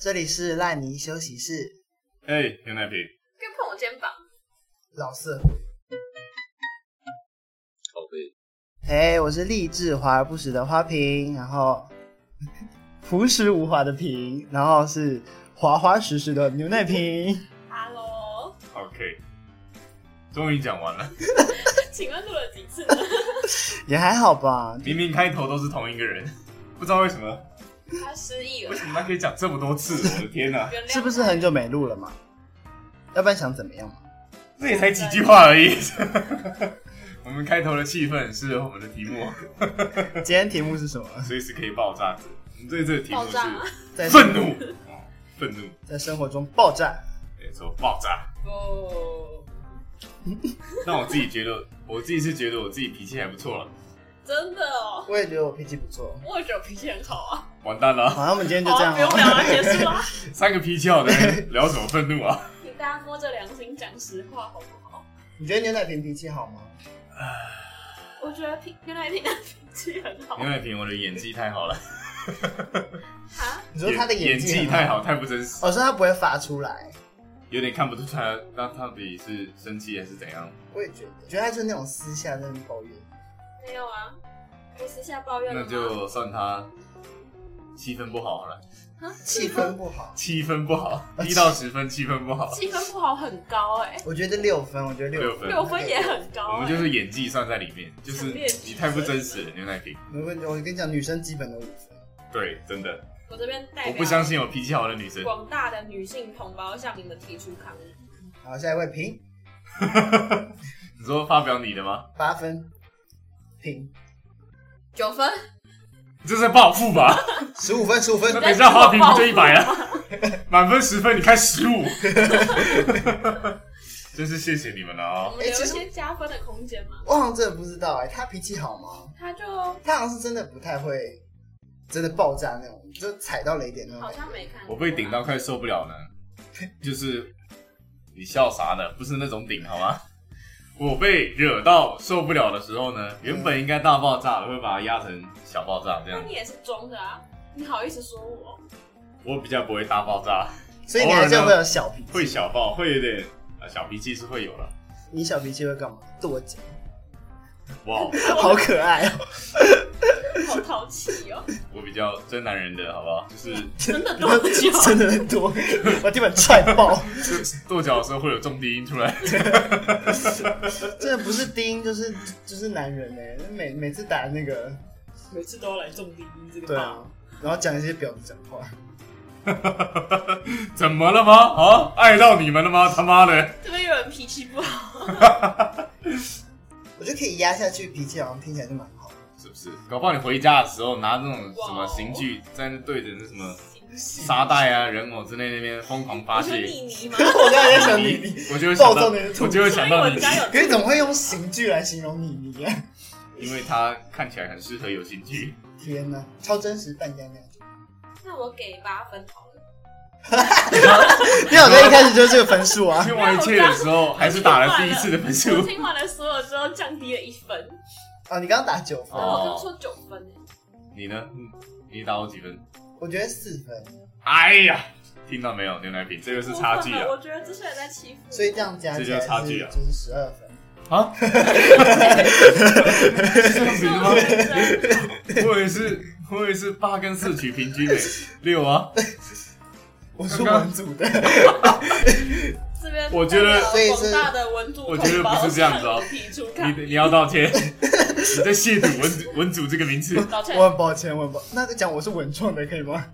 这里是烂泥休息室，哎、牛奶瓶，别碰我肩膀。老色。靠背，哎，我是励志华而不实的花瓶，然后 朴实无华的瓶，然后是滑滑实实的牛奶瓶。 Hello， OK，终于讲完了。 请问录了几次呢？也还好吧，明明开头都是同一个人，不知道为什么， 他失忆为了，什么他可以讲这么多次？我的天哪、 原谅是不是很久没录了嘛？要不然想怎么样嘛？这也才几句话而已。我们开头的气氛是我们的题目，今天题目是什么？随时可以爆炸的。我们这次的题目爆炸吗是在愤怒，哦愤怒，在生活中爆炸。没错，爆炸。哦，那我自己觉得，我自己是觉得我自己脾气还不错了。真的哦，我也觉得我脾气不错。我也觉得我脾气很好啊。完蛋 了，好，那我们今天就好这啊，样不用哦 聊了，结束啦。三个脾气好的人聊什么愤怒啊？请大家摸着良心讲实话，好不好？你觉得牛奶瓶脾气好吗？我觉得平原来平的脾气很好牛奶瓶，我的演技太好了，啊，你说他的演技技很太好，好，太不真实。我说他不会发出来。有点看不出来，那到底是生气还是怎样？我也觉得，觉得他就是那种私下在那边抱 怨。没有啊，我私下抱怨了那吗？就算他气氛不好好了，啊气氛不好，气氛不好，一到十分气氛不好，气氛不好很高哎、我觉得六分，我觉得六六分六分也很我高、们欸，就是演技算在里面，就是强烈指责你太不真实了，牛奶瓶。没问题。我跟你讲，女生基本都五分。对，真的，我这边代我表不相信有脾气好的女生。广大的女性同胞向你们提出抗议。好，下一位平你说发表你的吗？八分，平九分，你这是暴富 吧？十五分，十五分那，等一下花瓶不就一百了？满分十分，你开十五， 真是谢谢你们了我哦。们哎留其一实些加分的空间吗？我好像真的不知道哎、他脾气好吗？他就他好像是真的不太会，真的爆炸那种，就踩到雷点那好种。像没看过，我被顶到快受不了呢， 就是你笑啥呢？不是那种顶好吗？我被惹到受不了的时候呢，原本应该大爆炸的，会把它压成小爆炸这那样你。也是装的啊？你好意思说 我？我比较不会大爆炸，所以你还是偶尔呢会有小脾会气。小爆，会有点啊小脾气是会有了。你小脾气会干嘛？跺 脚，哇，好可爱哦、好淘气哦！我比较真男人的好不好？就是真的 哦多久？ 真的很多，把地板踹爆。跺脚的时候会有重低音出来。 真的不是丁，就是就是男人哎、每每次打那个，每次都要来中第一这个对啊，然后讲一些婊子讲话。怎么了吗？啊，爱到你们了吗？他妈的！这边有人脾气不好，我觉得可以压下去，脾气好像听起来就蛮好。是不是？搞不好你回家的时候拿那种什么哇哦刑具在那对着那什么沙袋啊、人偶之类那边疯狂发我说泄。你你吗？ 我刚才在想你，你我就会想暴到，揍你的兔子 我就会所想以到我你，家有可是怎么会用刑具来形容你你啊？因为他看起来很适合有刑具。天哪，超真实扮家那 样。那我给八分好 了。 你好像一开始就是这个分数啊，听完一切的时候，还是打了第一次的分我数。听完了所有之后降低了一分， 哦，你刚刚打九分，哦我刚说九分欸你呢？嗯你打我几分？我觉得四分，哎呀，听到没有，牛奶瓶，这就是差距过啊！分我觉得这些人在欺负我，所以这样加起来这就是差距是啊就是十二 分。啊，是这样子是的我吗？们的我以为是，我以为是八跟四取平均诶，六啊。我是文组的，这边我觉得所以是广大的文主，我觉得不是这样子哦提出你看，你要道歉，你在亵渎文文主这个名词，道歉。我很抱歉，我很抱。那就讲我是文创的可以吗？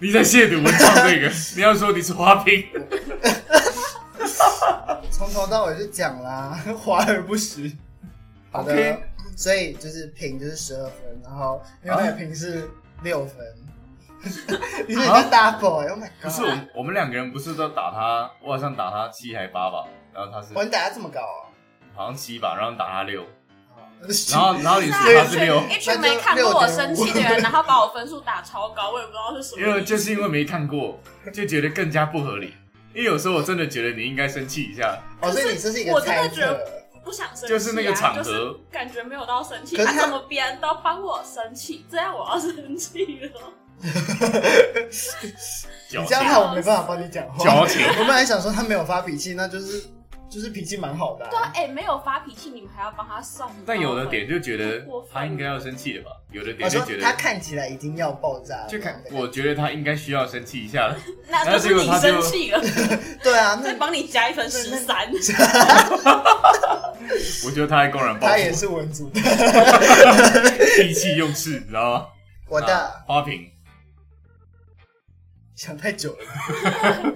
你在亵渎文创这个。你要说你是花瓶，从头到尾就讲啦， 华而不实。好的 OK 啊所以就是平就是十二分，然后牛奶瓶是六分， 你是啊在 double 哎、o h my god！不是我，我们两个人不是都打他，我好像打他七还八吧，然后他是我你打他这么高啊、好像七吧，然后打他六，然然后然后你说他是六，一群没看过我生气的人，然后把我分数打超高，我也不知道是什因么为意思。就是因为没看过，就觉得更加不合理。因为有时候我真的觉得你应该生气一下，哦，所以你这是一个猜测。不想生气、啊，就是那个场合就是感觉没有到生气，啊可是他他怎么别人都帮我生气，这样我要生气了？矫你这情样，害我没办法帮你讲话。矫情 我本来想说他没有发脾气，那就是就是脾气蛮好的、对啊啊。，哎、没有发脾气，你们还要帮他送。但有的点就觉得太过分他应该要生气了吧，有的点我就说觉他得，看起来已经要爆炸了，就看我觉得他应该需要生气一下了，那那是你生气了，对啊，再那帮你加一分十三。我觉得他还公然暴他也露是文组 的。意气用事，你知道吗？我的那花瓶，想太久了。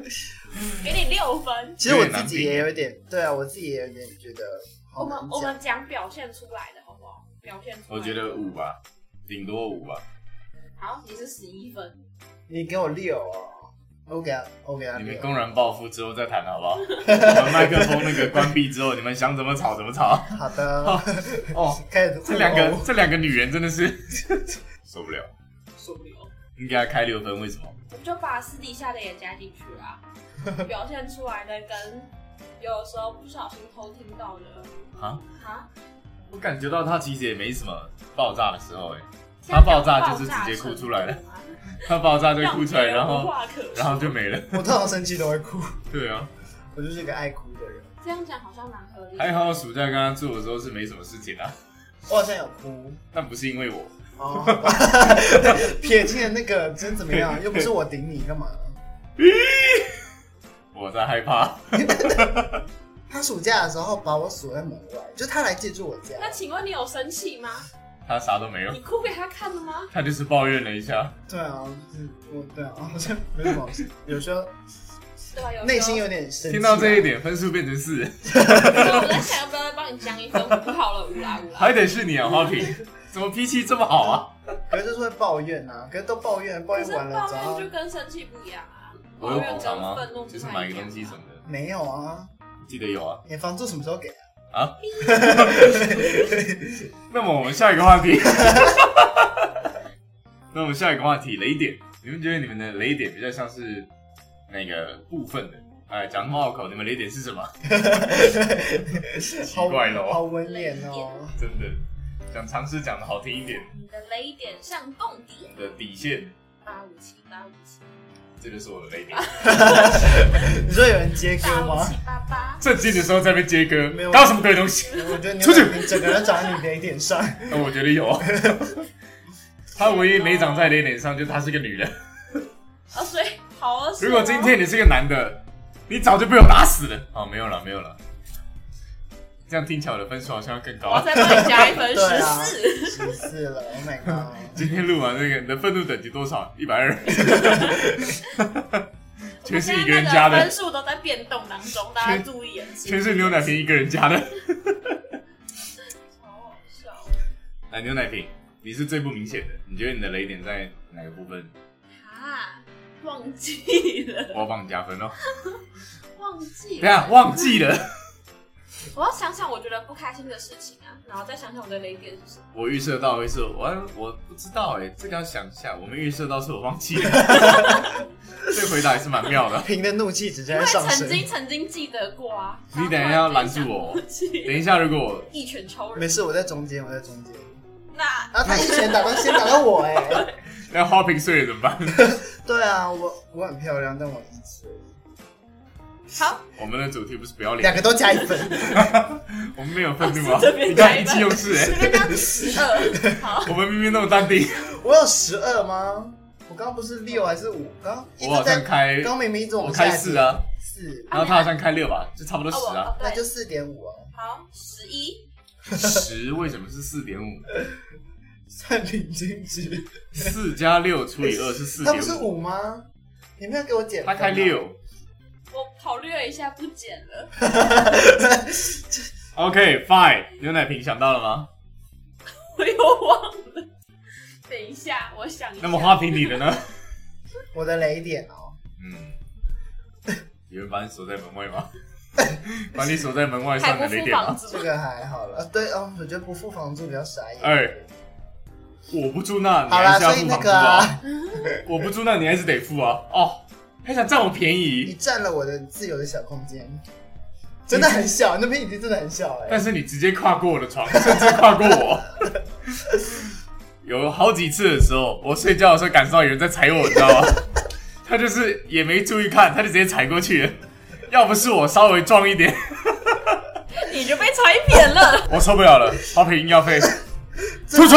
给你六分。其实我自己也有一点，对啊，我自己也有点觉得我好难们我讲。们讲表现出来的好不好？表现出来。我觉得五吧，顶多五吧，好，你是十一分，你给我六哦，我给他，我给他你们啊六。公然暴富之后再谈好 不好？我们麦克风那个关闭之后，你们想怎么吵怎么吵。好的，哦， 开始互殴这两个这两个女人真的 是受不了，受不哦了。应该开六分，为什么？我们就把私底下的也加进去 啦，表现出来的跟有时候不小心偷听到的啊？啊，我感觉到他其实也没什么爆炸的时候、欸，哎，现在他爆炸讲就是直接哭出来了 爆他爆炸炸程度啊，就让哭出来，别人然无后话可说然后就没了。我通常生气都会哭， 对啊，我就是一个爱哭的人。这样讲好像蛮合理的。还好我暑假跟他住的时候是没什么事情啊，我好像有哭但不是因为我， 哦，撇清的那个真怎么样？又不是我顶你干嘛？我在害怕。他暑假的时候把我锁在门外，就他来借住我家。那请问你有生气吗？他啥都没有你，哭给他看了吗？他就是抱怨了一下。对啊，就是我对啊，好像没什么好 事。有时候对啊，有时候内心 有点生气啊。听到这一点，分数变成四，所以我在想要不要再帮你降一分，不好了，五啦五啦。还得是你啊，花瓶， 怎么脾气这么好啊？可是就是会抱怨啊，可是都抱怨，抱可怨是完了抱早怨就上跟生气不一样啊，我抱有怨补偿跟吗愤怒？就不是太买一个样东西啊什么的，没有啊。记得有啊。你房租什么时候给啊？那么我们下一个话题， 那我们下一个话题雷点，你们觉得你们的雷点比较像是那个部分的？哎，讲冒口，你们雷点是什 么？奇怪好咯，好文言哦。真的想尝试讲的好听一点你的雷点像蹦迪，的底线，八五七八五七这就是我的雷点。你说有人接歌八五吗？七八八，震惊的时候在被接歌没有，搞什么鬼东西？我觉得你出去你整个人长在你雷点上，那 我觉得有。他唯一没长在雷点上，就他是个女人。哦，所以好恶心哦如果今天你是个男的，你早就被我打死了。哦，没有了，没有了。这样听起来我的分数好像要更高我啊。再帮你加一 分对啊十四，十四了，Oh my god！今天录完那个，你的愤怒等级多少？一百二。全是一个人加我现在那的分，数都在变动当中，大家注意眼睛。全是牛奶瓶一个人加的。好好笑哦来，哎牛奶瓶，你是最不明显的。你觉得你的雷点在哪个部分？啊，忘记了，我要帮你加分哦。忘记等一下了。忘记了，我要想想我觉得不开心的事情啊，然后再想想我的雷点是什么。我预设到会是我我不知道哎、这个要想一下。我们预设到是我忘记了， 这回答也是蛮妙的。凭的怒气直因在为上曾升。经曾经记得过啊。你等一下要拦住我然后突然间想不起等一下，如果我一拳超没人。事，我在中间，我在中间。那然后他一拳打到，先打到我哎、那花瓶碎了怎么 办？对啊，我我很漂亮，但我一直好，我们的主题不是不要两脸，个都加一 分。我们没有愤怒啊哦是这，边你看意气用事哎、这边当十 二。好，啊我们明明那么淡 定，我有十二吗？我刚刚不是六还是五？刚刚一我好直在像开刚明明一直往我下开跌四，啊，四，然后他好像开六吧，就差不多哦，十我啊哦，那对就，四点五哦，好，十一。十为什么是四点五？算平均值。四加六除以二是四他点不是五，五吗？你没有给我减分啊他吗开，六我考虑了一下，不减了。 ，OK fine，牛奶瓶想到了吗？ 我又忘了。等一下，我想一下。那么花瓶你的呢？我的雷点哦。嗯，有人把你锁在门外吗？ 把你锁在门外还算不的雷付点房吗？这租，个还好了，呃对哦，我觉得不付房租比较傻眼。哎我不住那，你好还啦，是要所以付那房租个啊。啊，我不住那，你还是得付啊。哦，还想占我便宜你？占了我的自由的小空间，真的很小，那边已经真的很小哎、但是你直接跨过我的床，甚至跨过我。 有好几次的时候，我睡觉的时候感受到有人在踩我，你知道吗？ 他就是也没注意看，他就直接踩过去了。要不是我稍微壮一点， 你就被踩扁了。我受不了了，花瓶 要飞，出去！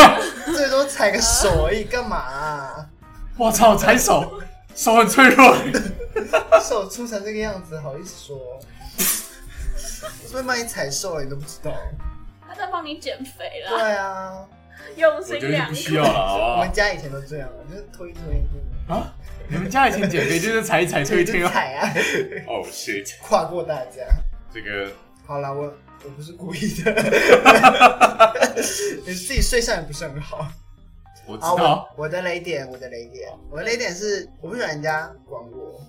最多踩个手而已，干嘛、啊？我操，踩手，手很脆弱。手粗成这个样子，好意思说？我被帮你踩瘦了，你都不知道。他在帮你减肥啦，对啊，用我心觉得良不需苦要。了，好不我好们？家以前都这样，就是推一推，啊，你们家以前减肥就是踩一踩推一推就吗？踩啊，哦、shit，跨过大家。这个好啦，我我不是故意 的，你自己睡相也不是很好。我知啊，道我，我的雷点，我的雷点，我的雷点是我不喜欢人家管我，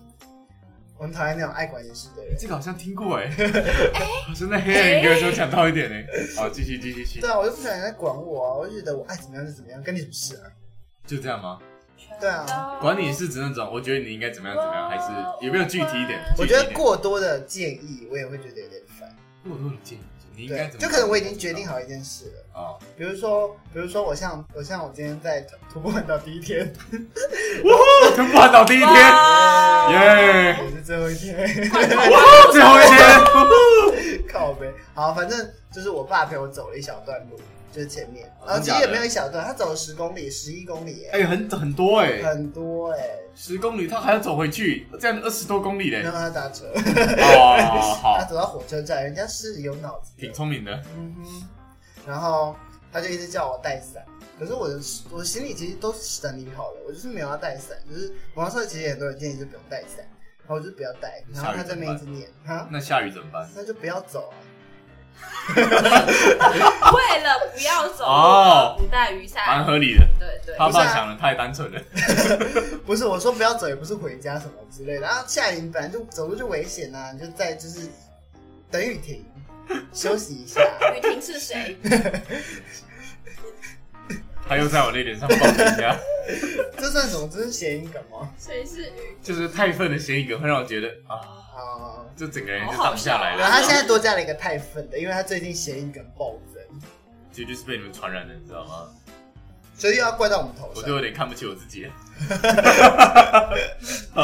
我很讨厌那种爱管闲事的人。这个好像听过哎、好像在黑人歌手讲到一点哎、好，继续继续继续对，啊，我就不喜欢人家管我啊，我就觉得我爱怎么样就怎么样，跟你什么事啊？就这样吗？对嗯啊管哦你是指那种，我觉得你应该怎么样怎么样，还是有没有具体一点？我觉具体得一点过多的建议我也会觉得有点烦。过多的建议，你应该对怎，么？就可能我已经决定好一件事了。哦， 比如说，比如说，我像我像我今天在徒徒步环岛第一 天，突破到第一天，哇耶！也是最后一 天，最后一天，靠呗。好，反正就是我爸陪我走了一小段路，就是前面，哦然后其真实假也的没有一小段，他走了十公里、十一公里、 哎，很很多哎，很多哎、十公里他还要走回去，这样二十多公里嘞然。后他打折，哦， 他好，走到火车站，人家是有脑子挺的，聪明的，嗯哼。然后他就一直叫我带伞，可是我的我行李其实都整理好了，我就是没有要带伞，就是网上其实也很多人建议就不用带伞，然后我就不要带，然后他在那边一直念哈。那下雨怎么办？那就不要走啊！为了不要走哦路，不带雨蛮伞。合理的。对对，他不是爸啊想的太单纯了，不是我说不要走，也不是回家什么之类的。啊然后夏雨本来就走路就危险啊，你就在就是等雨停，休息一下。雨婷是谁？他又在我那脸上报了一下，这算什么？这是谐音梗吗？谁是雨？ 就是太愤的嫌疑梗会让我觉得啊，啊、这整个人就荡下来然后了，他现在多加了一个太粉的，因为他最近谐音梗暴增，这就是被你们传染的，你知道吗？所以又要怪到我们头我都上，有点看不起我自己了，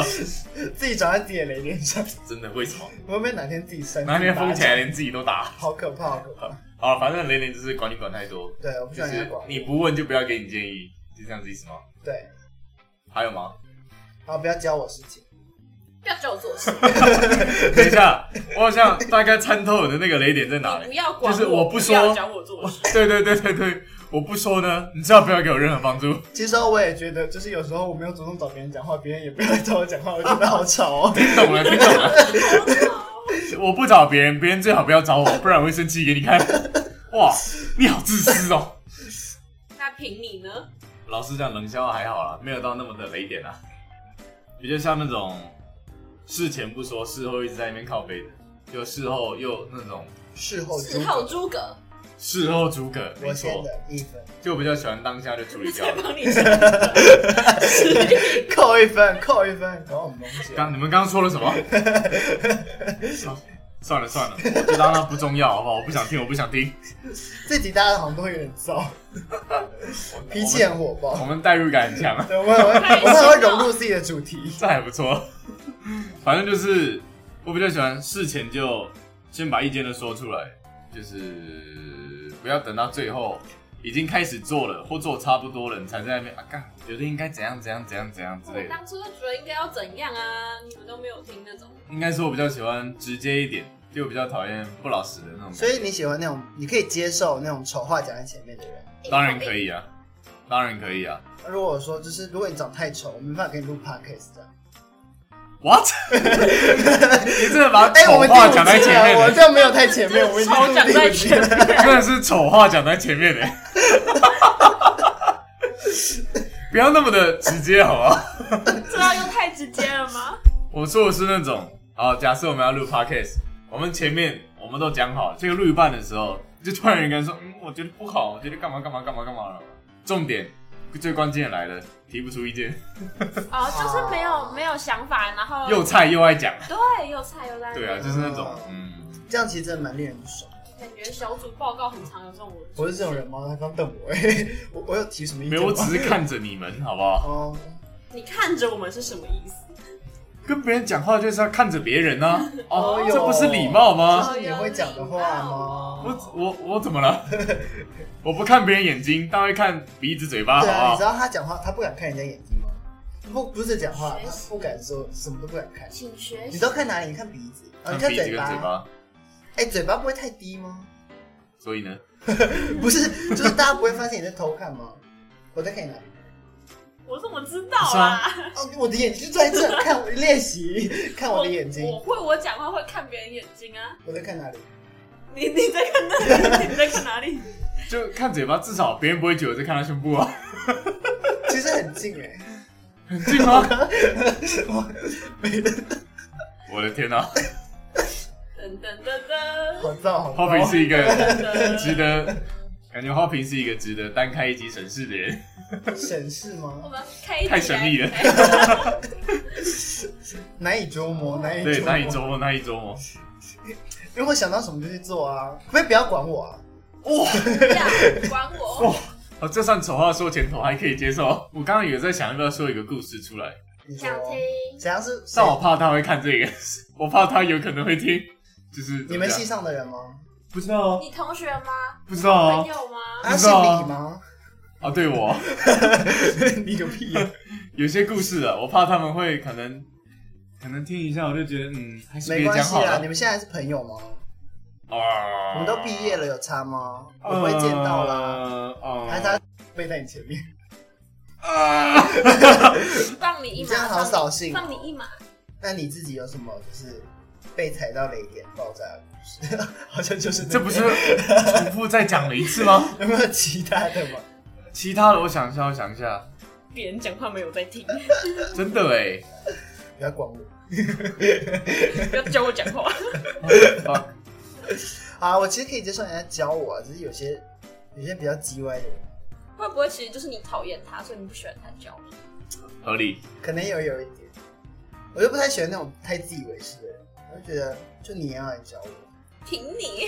自己长在自己的雷点上。真的，为什么？会不会哪天自己生？哪天疯起来，连自己都打？好可怕，好可怕！好了，反正雷雷就是管你管太多，对，我不喜就欢人是家管我。你不问就不要给你建议，是这样子意思吗？对，还有吗？好，不要教我事情。不要叫我做事，等一下，我好像大概参透我的那个雷点在哪你不里。要管就是我不不说要教我做事。对对对对对，我不说呢，你知道不要给我任何帮助。其实我也觉得，就是有时候我没有主动找别人讲话，别人也不要来找我讲话，我觉得好吵 哦。听懂了，听懂了。好我不找别人，别人最好不要找我，不然我会生气给你看。哇，你好自私哦。那凭你呢？老实讲，冷笑话还好啦，没有到那么的雷点啦。比较像那种事前不说，事后一直在那边靠背的，就事后又那种事后诸葛事事后后诸葛，诸葛，没我错先。的一分，就我比较喜欢当下就处理掉谁了。 帮你讲的？是扣一分，扣一分，搞什么东西啊？刚你们刚刚说了什么？ 啊算了算了，我就当它不重要，好不好？我不想听，我不想听。这集大家好像都会有点燥，脾气很火我们，我爆。们代入感很强啊，对，我们很开会，心我们哦很会融入自己的主题。这还不错。 反正就是我比较喜欢事前就先把意见都说出来，就是不要等到最后已经开始做了或做差不多了，你才在那边啊干，我觉得应该怎样怎样怎样怎样之类的。我哦当初就觉得应该要怎样啊，你们都没有听那种。应该说我比较喜欢直接一点，就我比较讨厌不老实的那种。所以你喜欢那种，你可以接受那种丑话讲在前面的人。当然可以啊，当然可以啊。如果我说，就是如果你长太丑，我没办法给你录 podcast 这样。 What？你真的把哎，丑我们话第讲在五集前面了，我呢？这没有太前面，我们已经超录讲第在五集前了。面， 真的是丑话讲在前面呢。欸 不要那么的直接，好吧？这样又太直接了吗？我说的是那种，好，假设我们要录 podcast，我们前面我们都讲好，这个录一半的时候，就突然有一个人说，嗯，我觉得不好，我觉得干嘛干嘛干嘛干嘛了。重点最关键的来了，提不出意见，哦，就是没有没有想法，然后又菜又爱讲。对又菜又烂。对啊，就是那种，嗯，这样其实真的蛮令人不爽。感觉小组报告很常有这种人。我是这种人吗？他刚瞪我、 欸，我我有提什么意没见有，吗？我只是看着你们，好不好？哦，你看着我们是什么意思？跟别人讲话就是要看着别人呢、啊。哦哦，哟这不是礼貌吗？这是你会讲的话吗我我我怎么了？ 我不看别人眼睛，但会看鼻子、嘴巴，好对不啊，你好知？道他讲话，他不敢看人家眼睛吗？不，不是讲话，学他习不敢说，什么都不敢看。请学你习都看哪里？你看鼻子，啊，看你看鼻子跟巴。嘴巴，哎、嘴巴不会太低吗？所以呢，不是，就是大家不会发现你在偷看吗？我在看你哪里？我怎么知道啊？哦，我的眼睛就在这，看我练 习，看我的眼睛，我会我讲话会看别人眼睛啊。我在看哪里？你你在看哪里？你在看哪里？就看嘴巴，至少别人不会觉得我在看他胸部啊， 其实很近哎、很近吗？ 我我的天哪、噔噔噔噔好燥，好花瓶燥。是一个噔噔，值得，感觉花瓶是一个值得单开一集审视的人。审视我吗？们开一哎集太神秘了来开一集难以捉摸，难以捉对，摸。那一周末，那一周哦末，如果想到什么就去做啊，可不可以不要管我啊？哇、不要管我，哦，这算丑话说前头还可以接受。我刚刚有在想要不要说一个故事出来，你说想，听想要是谁但我怕他会看这个，我怕他有可能会听。就是你们怎么系讲上的人吗？不知道哦，你同学吗？不知道朋哦。友吗？啊，不知姓道啊李 吗？啊，对我你个屁啊！有些故事啊，我怕他们会可能可能听一下，我就觉得嗯，还是没别关讲系好啦，了你。们现在还是朋友吗？啊呃我们都毕业了，了，有差吗？我不会见到啦，呃还是他背在你前面？啊，放你一你马，这样好扫兴哦放你一马。那你自己有什么就是被踩到雷点爆炸的故事？ 好像就是这不是重复再讲了一次吗？ 有没有其他的吗？其他的我想一下，我想一下，别人讲话没有在听， 真的哎，不要管我。不要教我讲话。啊啊，我其实可以接受人家教我、啊，只是有些有些比较叽歪的人，会不会其实就是你讨厌他，所以你不喜欢他教你？合理。可能有有一点，我就不太喜欢那种太自以为是的人，我就觉得就你要来教我，凭你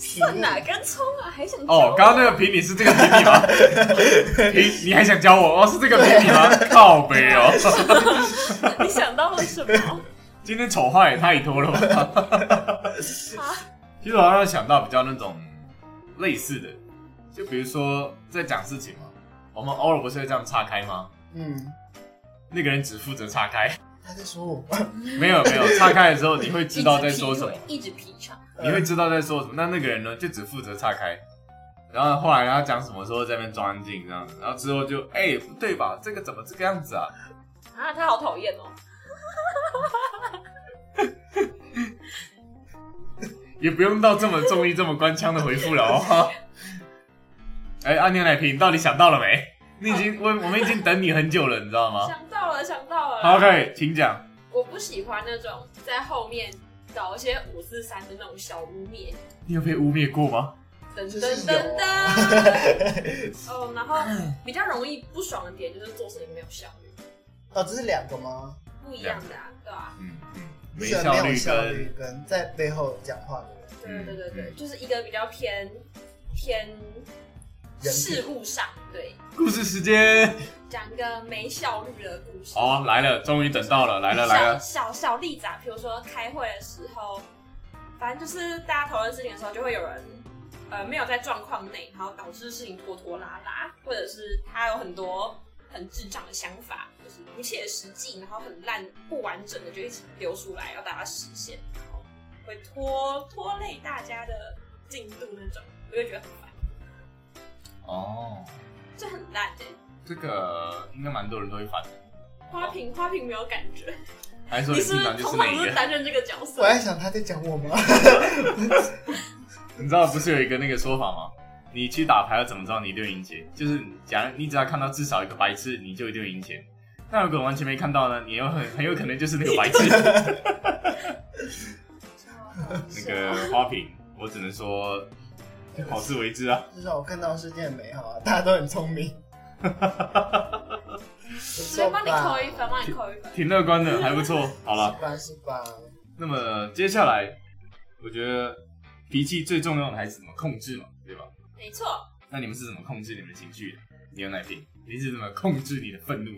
屁算哪根葱啊？还想教我哦，刚刚那个评你是这个评你吗？ 评你还想教我？哦，是这个评你吗？靠北哦，你想到了什么？今天丑话也太多了吧？啊，其实我好像想到比较那种类似的，就比如说在讲事情嘛，我们偶尔不是会这样岔开吗？嗯，那个人只负责岔开，他在说我，没有没有，岔开的时候你会知道在说什么，一直劈叉，你呃会知道在说什么。那那个人呢，就只负责岔开，然后后来他讲什么时候在那边装安静这样，然后之后就哎、不对吧，这个怎么这个样子啊？啊，他好讨厌哦。也不用到这么中意、这么官腔的回复了哦。哎、阿牛奶瓶，你到底想到了没？你已经我我们已经等你很久了，你知道吗？想到了，想到了。好，OK，请讲。我不喜欢那种在后面搞一些五四三的那种小污蔑，你有被污蔑过吗？噔就噔是有啊噔噔。 哦，然后比较容易不爽的点就是做事情没有效率，哦，这是两个吗？不一样的、啊，对吧、嗯嗯，没是效没有率效跟率跟在背后讲话的人，对对对对，嗯就是一个比较偏偏人事物上，对，故事时间。讲一个没效率的故事。哦，来了，终于等到了，来了来了。小小小例子啊，比如说开会的时候，反正就是大家讨论事情的时候，就会有人呃没有在状况内，然后导致事情拖拖拉拉，或者是他有很多很智障的想法，就是不切实际，然后很烂不完整的就一起流出来，要大家实现，然后会拖拖累大家的进度那种，我就觉得很烦，哦，这很烂欸的、这个应该蛮多人都会烦的，花瓶花瓶没有感觉，还是说你你是平不是常就是通那常一都是个？担任这个角我在 色？想他在讲我吗？你知道不是有一个那个说法吗？你去打牌要怎么知道你一定会赢钱？就是假如你只要看到至少一个白痴，你就一定会赢钱。那如果完全没看到呢？你有很很有可能就是那个白痴。 啊那个花瓶，我只能说好自为之啊。 至少我看到世界很美好啊，大家都很聪明。直所接帮你扣一分，帮你扣一分。挺乐观的，还不错。好了，是吧？是吧？那么接下来我觉得脾气最重要的还是怎么控制嘛，对吧？没错，那你们是怎么控制你们的情绪的？牛奶瓶，你是怎么控制你的愤怒？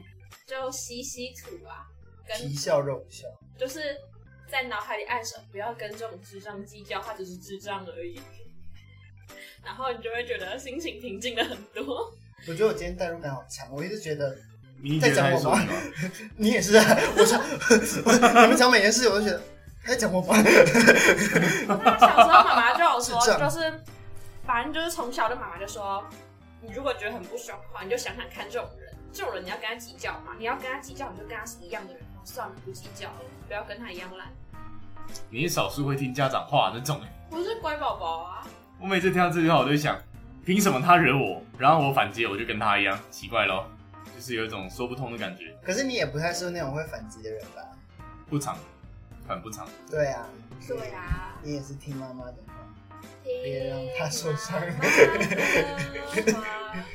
就吸吸土啊，皮跟笑肉不笑，就是在脑海里暗示不要跟这种智障计较，他只是智障而已。然后你就会觉得心情平静了很多。我觉得我今天代入感好强，我一直觉得你以在前讲还我说吗什么？你也是啊，我说我你们讲每件事，我就觉得他在讲我吗？那小时候妈妈就有说，智障就是反正就是从小的妈妈就说，你如果觉得很不爽的话，你就想想看这种人，这种人你要跟他计较嘛，你要跟他计较，你就跟他是一样的人，哦算了，不计较了，不要跟他一样烂。你是少数会听家长话的那种。 我是乖宝宝啊，我每次听到这句话，我就想，凭什么他惹我，然后我反击，我就跟他一样，奇怪咯，就是有一种说不通的感觉，可是你也不太是那种会反击的人吧？不长，很不长。对啊，对啊。你也是听妈妈的话，别让他受伤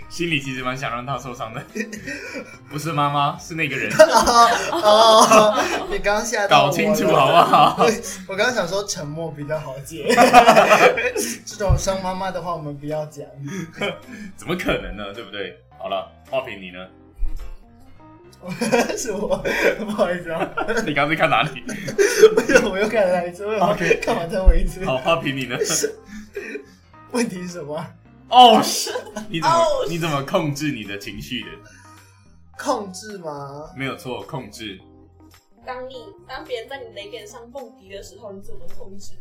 心里其实蛮想让他受伤的， 不是妈妈，是那 个人。哦， 你刚刚吓到我搞了清楚好不好？我刚刚想说沉默比较好解， 这种伤妈妈的话我们不要讲。 怎么可能呢？对不对？好了，花瓶你呢？是我， 不好意思啊，你刚刚在看哪里？ 为什么我又看了一次？为什么 OK 干嘛再问一次？好，花瓶你呢？问题是什么啊？哦，是你怎么 Oh 哦你怎么控制你的情绪的？控制吗？没有错，控制。当你当别人在你雷点上蹦迪的时候，你怎么控制？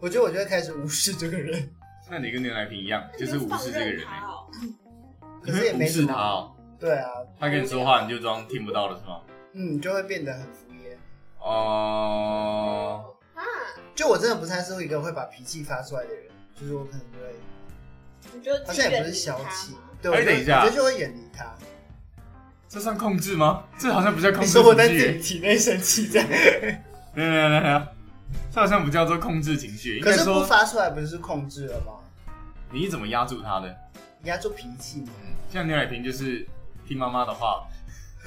我觉得我就会开始无视这个人，那你跟牛奶瓶一样，就是无视这个放任人、他欸，哦，可你是也会无没什视么他、哦，对啊，他跟你说话你就装听不到了是吗？嗯，就会变得很敷衍。哦、啊，就我真的不太是一个会把脾气发出来的人，就是我可能就会，你就好自己像也远不是离小他气嘛，对，我哎就等一下我觉得就会远离他。这算控制吗？这好像不叫控你制说我情在绪自己欸。体内生气这样，来来来来，这好像不叫做控制情绪，应可该是不说发出来不是控制了吗？你怎么压住他的？你要做脾气嘛，像牛奶瓶就是听妈妈的话，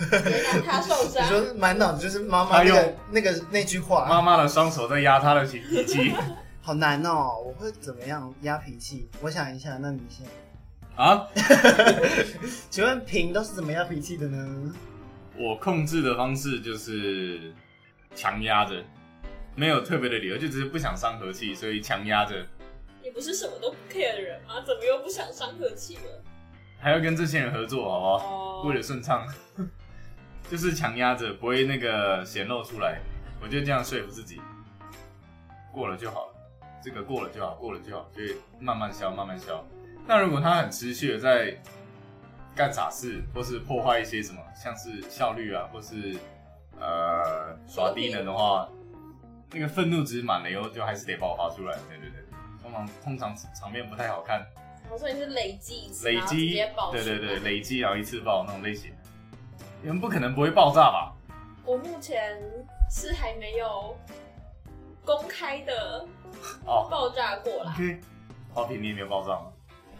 别让他受你伤。说满脑子就是妈妈哎那呦个那个那句妈话，妈的双手在压他的脾 气好难哦。我会怎么样压脾气？我想一下，那你先，啊。请问平都是怎么压脾气的呢？我控制的方式就是强压着，没有特别的理由，就只是不想伤和气，所以强压着。你不是什么都不 care 的人吗？怎么又不想伤和气了？还要跟这些人合作，好不好？哦为了顺畅， 就是强压着，不会那个显露出来。我就这样说服自己，过了就好了，这个过了就好，过了就好，就慢慢消，慢慢消。那如果他很持续的在干傻事，或是破坏一些什么，像是效率啊，或是呃耍低能的话，那个愤怒值满了以后，就还是得爆发出来。对对对，通常通常场面不太好看。我说你是累积一次，累然后直积接，爆出对来对对，。累积啊然后一次爆那种类型，你们不可能不会爆炸吧？我目前是还没有公开的哦爆炸 过啦。 ，OK，花瓶你也没有爆炸吗？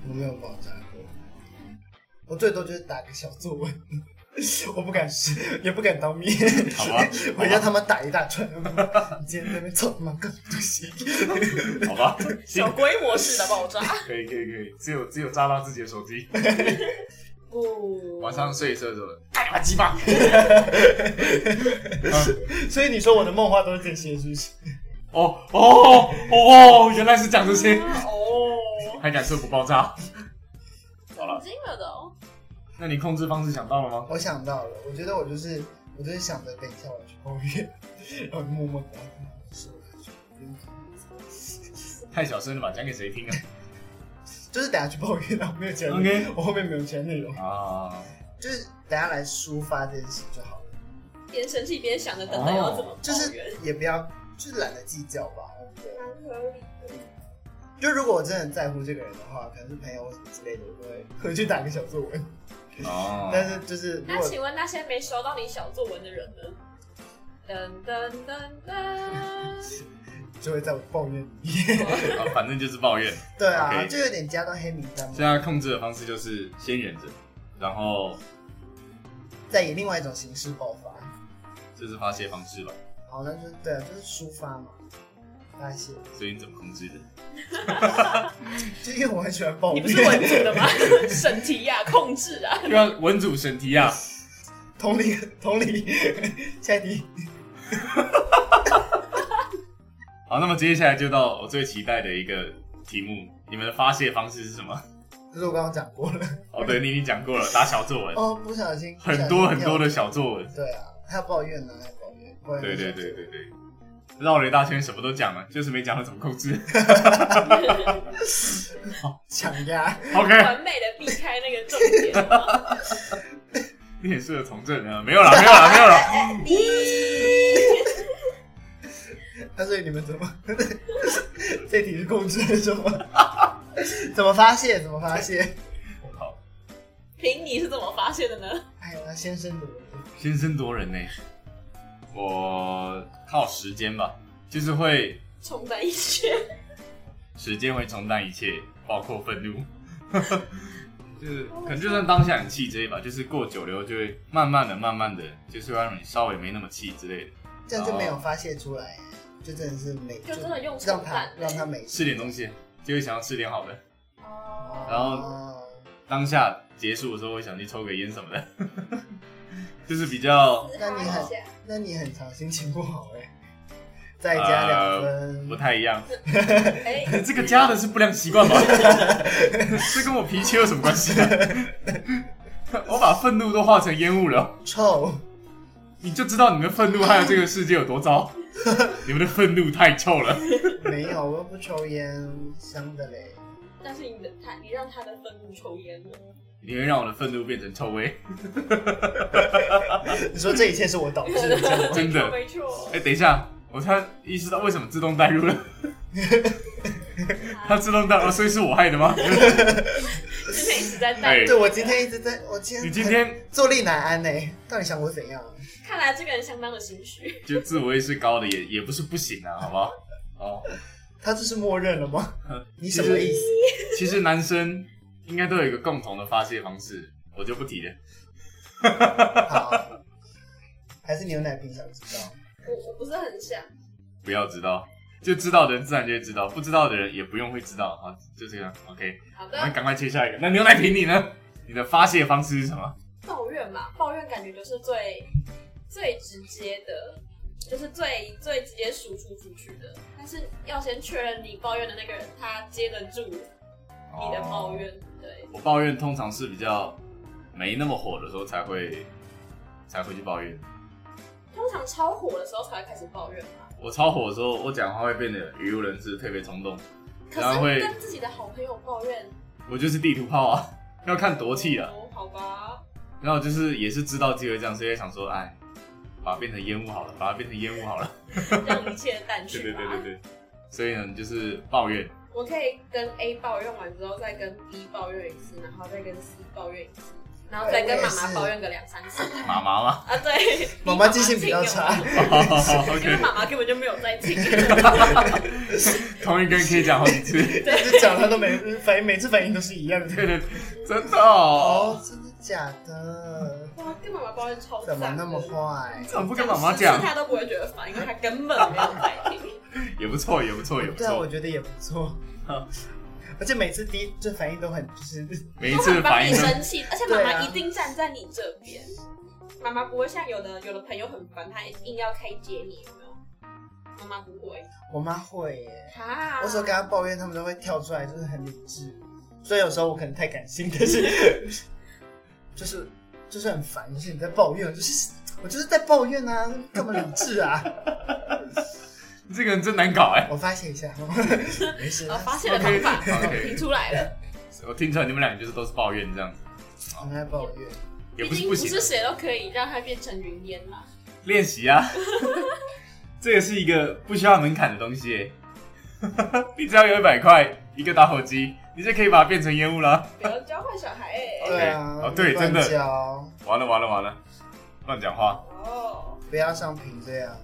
我没有爆炸过，我最多就是打个小作文， 我不敢试，也不敢当面。，好吧我让他们打一大串。你今天在那边臭他妈干什么东西？ 好 吧，行小，规模式的爆炸，可以可以可以，只有只有炸到自己的手机， 不，晚上睡一睡之后，干你妈鸡巴！所以你说我的梦话都是这些，是不是？哦哦哦，原来是讲这些，哦，还敢说不爆炸？好冷了，静了的哦。那你控制方式想到了吗？ 我想到了，我觉得我就是，我就是想着等一下我去后院，然后默默的说，太小声了吧，讲给谁听啊就是等下去抱怨，然后没有其他内容？OK 我后面没有其他内容，啊，就是等下来抒发这件事就好了，边生气边想着等等要怎么就是抱怨，也不要，就是懒得计较吧，我觉得。蛮合理的。就如果我真的在乎这个人的话，可能是朋友或什么之类的，我就会回去打个小作文。哦，但是就是如那果请问那些没收到你小作文的人呢？噔噔噔噔，就会在我抱怨里面， 啊反正就是抱怨。对啊 OK 就有点加到黑名单嘛现。在控制的方式就是先忍着，然后再以另外一种形式爆发。这是发泄方式吧。好，那就是对啊，就是抒发嘛。发泄，所以你怎么控制的？就因为我很喜欢抱你怨不，是文组的 吗？审题呀、控制 啊，就像文主审题啊， 同理同理， 下一题，好，那么接下来就到我最期待的一个题目，你们的发泄方式是什 么？这是我刚刚讲过了。哦，对，你已经讲过了，打小作文，哦，不小心很多很不小多。心的小作文。掉对啊，还有抱怨呢，还有抱怨。抱怨对对对对对，绕了一大圈，什么都讲了，就是没讲了怎么控 制。抢压， OK，完美的避开那个重点。你很适合从政啊，没有啦，没有 啦，没有啦。咦那所以你们怎么？ 这题是控制还是什么？ 怎么发泄？怎么发泄？好，凭你是怎么发现的呢？哎呀，先生怎么了？先声夺人呢、我靠时间吧，就是会冲在一圈，时间会冲淡一切，包括愤怒。 就是可能就算当下很气这一把，就是过久了以后就会慢慢的、慢慢的，就是会让你稍微没那么气之类的。这样就没有发泄出来，就真的是没，就真的用让冲他淡让他没吃点东西就会想要吃点好的，哦，然后哦当下结束的时候会想去抽个烟什么的， 就是比较那你很一下那你很常心情不好 哎、再加两呃不分，太一样。 哎，这个加的是不良习惯吧？ 这跟我脾气有什么关系啊？ 我把愤怒都化成烟雾了，臭，你就知道你们的愤怒还有这个世界有多糟。 你们的愤怒太臭了，没有，我又不抽烟， 香的嘞。但是你的他，你让他的愤怒抽烟了，你会让我的愤怒变成臭味。你说这一切是我导致的结 果，真的没错哎、，等一下，我突然意识到为什么自动带入了，它自动带入，哦所以是我害的吗？今天一直在带哎对我今天一直在，我今天你今天坐立难安呢、到底想我怎样？看来这个人相当的心虚，就自我意识高的也也不是不行啊，好不好？哦，他这是默认了吗？呃你什么意思？其实男生应该都有一个共同的发泄方式，我就不提了。好，还是牛奶瓶想知道？我我不是很想，不要知道，就知道的人自然就会知道，不知道的人也不用会知道啊，就这样。OK，好我们的，赶快切下一个。那牛奶瓶你呢？你的发泄方式是什么？抱怨嘛，抱怨感觉就是最最直接的，就是最最直接输出出去的，但是要先确认你抱怨的那个人他接得住你你的抱，怨，对，哦我抱怨通常是比较没那么火的时候才会才会去抱怨。通常超火的时候才会开始抱怨嘛，我超火的时候，我讲话会变得语无伦次，特别冲动。可然后会是跟自己的好朋友抱怨，我就是地图炮啊， 要看多气啊。哦，好吧，然后就是也是知道机会这样，所以想说，哎，把它变成烟雾好了，把它变成烟雾好 了。让一切淡 去对吧，对对对对。所以呢，就是抱怨。我可以跟 A 抱怨完之后，再跟 B 抱怨一次，然后再跟 C 抱怨一次，然后再跟妈妈抱怨个两三次妈妈 嘛。 啊。对， 妈妈记性比较差因好好好为，OK，妈妈根本就没有在 听。同一根可以讲好几次。就讲他都没反应，每次反应都是一样的。对对，真的哦哦，，真的假的？哇，跟妈妈抱怨超怎赞的，么那么坏？怎么不跟妈妈讲讲十次？她都不会觉得烦，因为她根本没有在听。也不错，也不错，也不对啊，我错。觉得也不错好。而且每次第一就反应都很就是每一次 帮反你应都生气，而且妈对妈啊一定站在你这边。妈妈不会像有的有的朋友很烦，她硬要开解你，有没有？妈妈不会。我妈会耶，哈，我有时候跟她抱怨，他们都会跳出来，就是很理 智。所以有时候我可能太感性，但是 就是就是很烦，就是你在抱怨，我就是我就是在抱怨啊，干嘛理智 啊？你这个人真难搞哎。我发泄一 下，没事啊哦，，发泄的方法 OK，OK 听出来了。我听出来你们两个就是都是抱怨这样子，我在抱怨。也毕不是不竟不行啊是，谁都可以让它变成云烟 啦。练习啊。 这也是一个不需要门槛的东西哎。 你只要有一百块，一个打火机，你就可以把它变成烟雾了。不要教坏小孩哎、 OK，对啊，哦对真的乱教完了完了完了，乱讲话。哦，不要像平这样，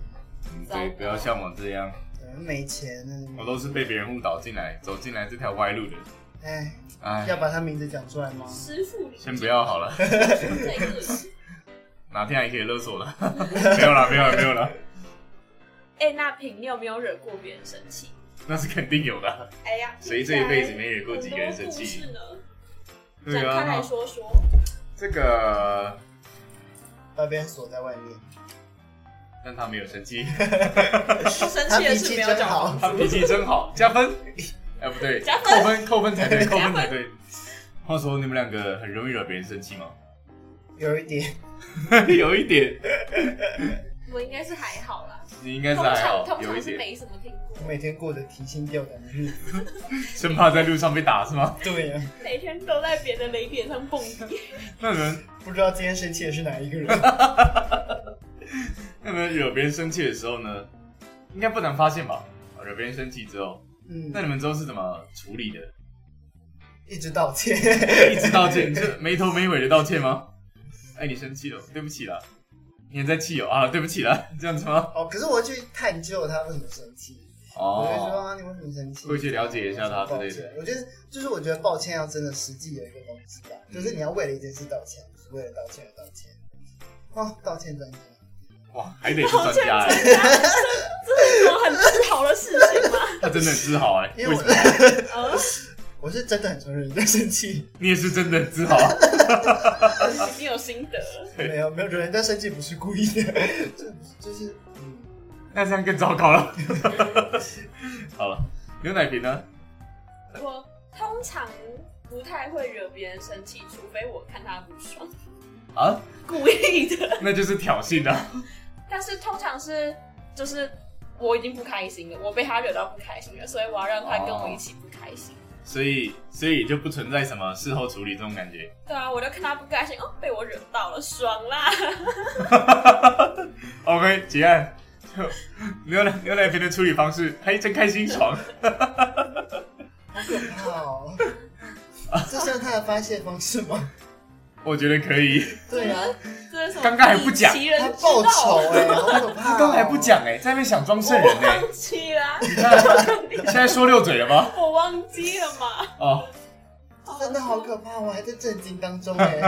嗯对，不要像我这样，我们没钱，我都是被别人误导进来，走进来这条歪路的。哎，哎，要把他名字讲出来吗？师傅，先不要好了。 这个。哪天还可以勒索了？没有啦，没有啦，没有啦。哎、哎、那平，你有没有惹过别人生气？那是肯定有的啊、哎呀，谁这一辈子没惹过几个人生气很多故事呢？对展开来啊，说说。这个把别人锁在外面，但他没有生气，不生他气的脾是气没有真讲好。他 脾气真好，加分。 哎，不对， 加分扣分，扣分才对，扣分才对。话说你们两个很容易惹别人生气吗？ 有一点，有一点，我应该是还好啦，你应该是还通常好，通有一常点，是没什么听过我，每天过着提心吊胆的日子。生怕在路上被打是吗？ 对啊呀、每天都在别的雷点上蹦迪。 那你们不知道今天生气的是哪一个人。那你们惹别人生气的时候呢，应该不难发现吧？啊惹别人生气之后，嗯那，你们之后是怎么处理的？一直道歉。 一直道歉，你这没头没尾的道歉吗？哎，你生气了，对不起啦，你还在气哦啊，对不起啦，这样子吗？哦，可是我会去探究他为什么生气，我会说哦，啊，你为什么生气？会去了解一下他之类抱歉的。我觉得就是我觉得抱歉要真的实际有一个东西吧，嗯就是你要为了一件事道歉，不是为了道歉而道歉。哦，道歉专家，哇，还得是专家哎、这是我很自豪的事情吗？他真的很自豪哎、因为为我什么？ 呃，我 是真的很承认人在生气，你也是真的很 自豪，啊已经有心得了。 对没有没有人在生气不是故意的， 就就是嗯，那这样更糟糕了。 好了，牛奶瓶呢？我通常不太会惹别人生气，除非我看他不爽，啊，故意 的。那就是挑衅啊。但是通常是就是我已经不开心了，我被他惹到不开心了，所以我要让他跟我一起不开心。所以，所以就不存在什么事后处理这种感觉。对啊，我就看他不开心，哦，被我惹到了，爽 啦！ OK，结案。 就牛奶牛奶瓶的处理方式，嘿，真开心爽。好可怕 哦。这算他的发泄方式吗？我觉得可以。对啊，这是什么？刚刚还不讲奇他人之报道仇哎、好可怕、哦！他刚才不，讲哎、在那边想装圣人哎、 忘记啦，你看，现在说溜嘴了吗？我忘记了 嘛。哦，真的好可怕，我还在震惊当中 哎、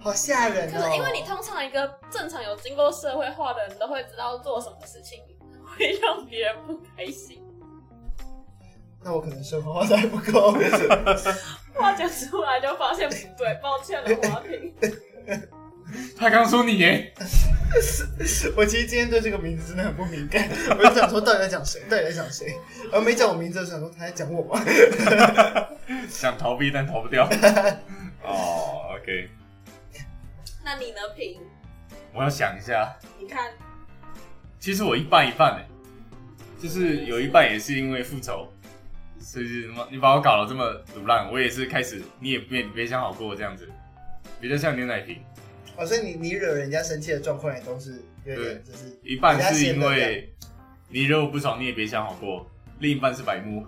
好吓人可哦。是因为你通常一个正常有经过社会化的人都会知道做什么事情会让别人不开心，那我可能生活化的还不够。 话讲出来就发现不对，抱歉了，华平。他刚说你哎、我其实今天对这个名字真的很不敏感，我就想说到底在讲谁，到底在讲谁，而没讲我名字，我想说他在讲我吗？想逃避但逃不掉。哦，OK，那你呢，平？我要想一下。你看，其实我一半一半哎、就是有一半也是因为复仇，所以是你把我搞得这么腐烂，我也是开始你也别别想好过这样子，比较像牛奶瓶。 哦，所以你你惹人家生气的状况也都是有点就是一半是因为你惹我不爽，你也别想好过；另一半是白目。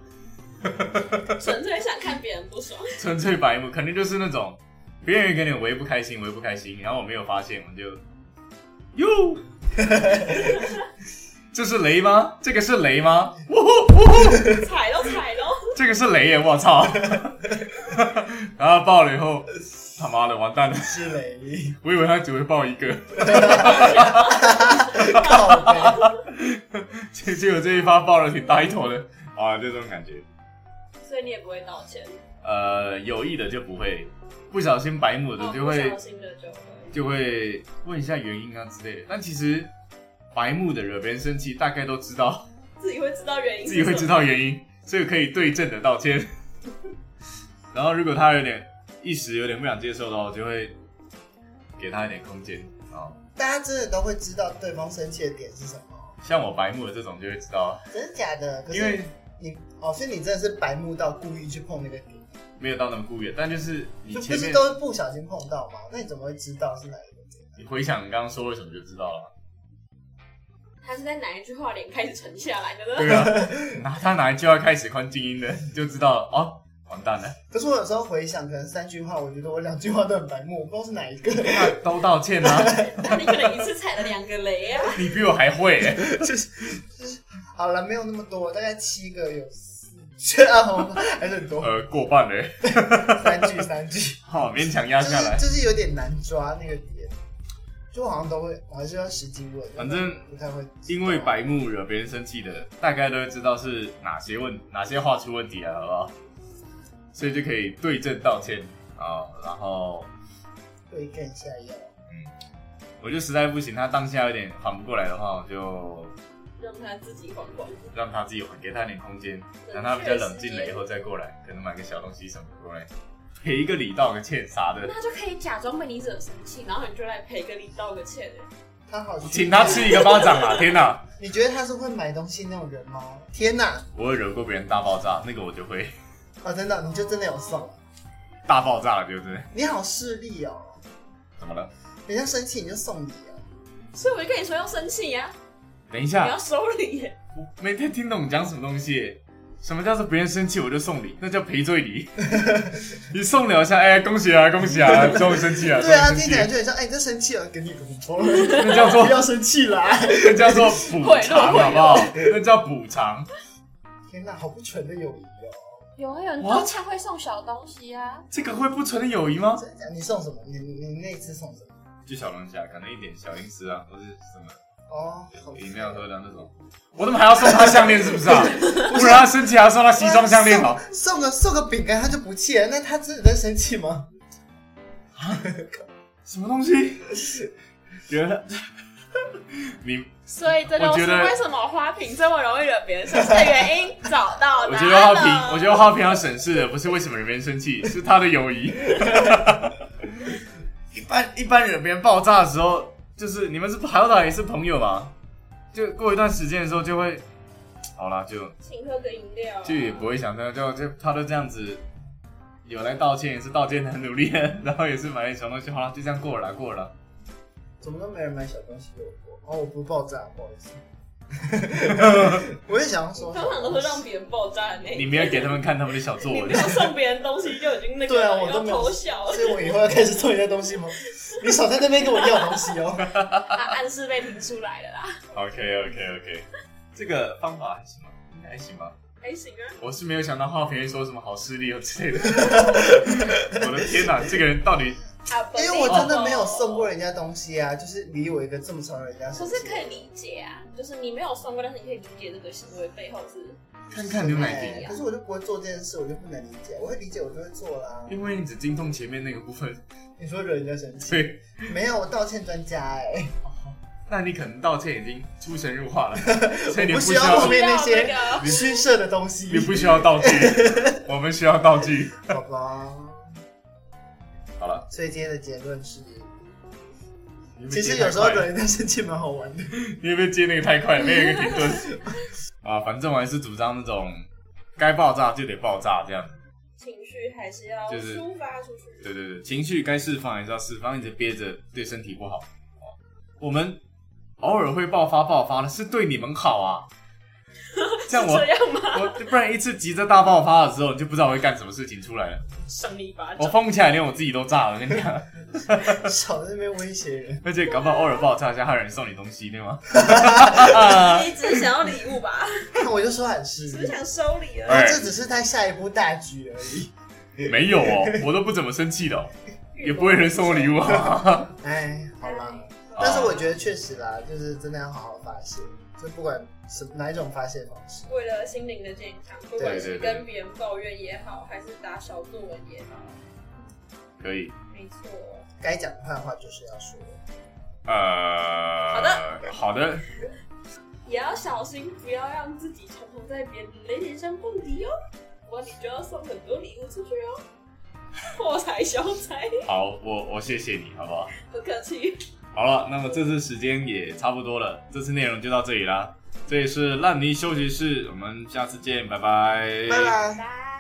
纯粹想看别人不爽。纯粹白目，肯定就是那种别人给你围不开心，围不开心，然后我没有发现，我就哟， 这是雷吗？这个是雷吗？呜呼呜呼，踩都踩喽，这个是雷耶！我操！ 然后爆了以后，他妈的完蛋了！是 雷我以为他只会爆一个， 告白，结结果这一发爆了挺大一坨的啊，就这种感觉。 所以你也不会道歉，呃，有意的就不会，不小心白目的就哦不会小心的就会。就会问一下原因啊之类的。但其实白目的惹别人生气，大概都知道自己会知道原因，自己会知。道原因，所以可以对症的道歉。 然后如果他有点一时有点不想接受的话，我就会给他一点空间啊。大家真的都会知道对方生气的点是什么，像我白目的这种就会知道，真的假的？可因为是你哦，所以你真的是白目到故意去碰那个点，没有到那么故意，但就是你就不前是面都是不小心碰到吗？那你怎么会知道是哪一个点？你回想刚刚说为什么就知道 了嘛。他是在哪一句话脸开始沉下来的呢？对啊，拿他哪一句话开始宽静音的，你就知道了哦，完蛋了，可是我有时候回想，可能三句话，我觉得我两句话都很白目，我不知道是哪一个。 那都道歉啦、那你可能一次踩了两个雷啊！你比我还会、欸。好了，没有那么多，大概七个有四 句啊，还是很多，呃，过半嘞，三句三句， 好，勉强压就下来是。就是有点难抓那个点。就我好像都会，我还是要十几问，反正不太会。因为白目惹别人生气的，大概都会知道是哪些问哪些话出问题啊了，好不好？所以就可以对症道歉啊、然后会更下药，我就实在不行，他当下有点缓不过来的话，我就让他自己逛 逛。让他自己缓，给他一点空间，等他比较冷静了以后再过来，可能买个小东西什么过来，赔个礼道个歉啥的， 那就可以假装被你惹生气，然后你就来赔个礼道个歉。他好像请他吃一个巴掌 啊！天哪，你觉得他是会买东西那种人吗？天哪！我有惹过别人大爆炸，那个我就会 啊，真的，你就真的有送，大爆炸了，对不对？你好势利哦！怎么了？人家生气你就送礼哦，所以我就跟你说要生气呀、等一你下要，收礼耶。我没太听懂你讲什么东西。什么叫做别人生气我就送礼？那叫赔罪 礼。你送了一下，哎、恭喜啊，恭喜啊，终于生气了，终对于啊，生听气起来了。就很像，哎、你这生气了，给你个红包， 那叫做不要生气啦！那叫做补 偿，贿赂好不好？那叫补偿。天哪，好不纯的友谊哦！有啊，有人 What？都常会送小东西啊。这个会不纯的友谊吗？真的假的你送什么？你你你那一次送什么？就小龙虾，可能一点小零食啊，或是什么哦，好饮料喝的那种。我怎么还要送他项链？是不是 啊？不然他生气还要送他西装项链哦好？送个送个饼干他就不气了，那他真的在生气吗？什么东西？原 来你所以这就我觉是得为什么花瓶这么容易惹别人生气的原因，找到啊我答觉得浩案平，了。我觉得浩平要审视的不是为什么惹别人生气，是他的友谊。 一般一般惹别人爆炸的时候，就是你们是好歹也是朋友嘛，就过一段时间的时候就会，好啦，就请喝个饮料啊。就也不会想到，就就他都这样子，有来道歉也是道歉的很努力，然后也是买了小东西，好了，就这样过了啦过了啦。怎么都没人买小东西给我？哦，我不爆炸，不好意思。我也想要说，通常都是让别人爆炸的那一你个。没有给他们看他们的小作你没文有，送别人东西就已经那个对啊了我都没有要偷笑了，所以我以后要开始送你的东西吗？你少在那边跟我要东西 哦。啊暗示被听出来了啦。 OK OK OK，这个方法还行吗？应该还行吧。还行啊，我是没有想到浩平会说什么好势力哦之类 的。我的天哪，这个人到底啊因为我真的没有送过。人家东西啊，就是理我一个这么常人家可生气是可以理解啊，就是你没有送过，但是你可以理解这个行为背后是看看牛奶对瓶，哎可是我就不会做这件事，我就不能理解。我会理解，我就会做啦。因为你只精通前面那个部分，你说惹人家生气？所以哦没有，我道歉专家哎、那你可能道歉已经出神入化了，所以你我不需需 要后要面那些需要那个虚设的东西你，不需要道具，我们需要道具。好吧？好了，所以今天的结论是，你会不会其实接有时候太快惹人家生气蛮好玩的。 你会不会接那个太快了，没有一个停顿 啊？反正我还是主张那种该爆炸就得爆炸这样子。情绪还是要就是抒发出去。对对对，情绪该释放还是要释放，一直憋着对身体不好。哦我们偶尔会爆发爆发的，是对你们好 啊。像我是这样吗？我不然一次急着大爆发的时候，你就不知道我会干什么事情出来了。赏你一巴我掌。疯起来，连我自己都炸了，我跟你讲。 少在那边威胁人， 而且搞不好偶尔爆炸一下，还有人送你东西，对吗？ 你只是想要礼物吧？那我就说很是只是，想收礼而哎已。这只是他下一步大局而已。没有哦，我都不怎么生气的、哦，也不会有人送我礼物、啊。哎，好啦。哎。但是我觉得确实啦，就是真的要好好发泄，就不管什哪一种发泄方式。为了心灵的健康，不管对是对对跟别人抱怨也好，还是打小作文也好，可以，没错。该讲的话就是要说，呃，好的，好的，也要小心，不要让自己常常在别人的雷点上蹦迪哦。我你就要送很多礼物出去哦，破财消灾，好，我我谢谢你，好不好？不客气。好了，那么这次时间也差不多了，这次内容就到这里啦。这里是烂泥休息室，我们下次见，拜拜。拜拜。拜。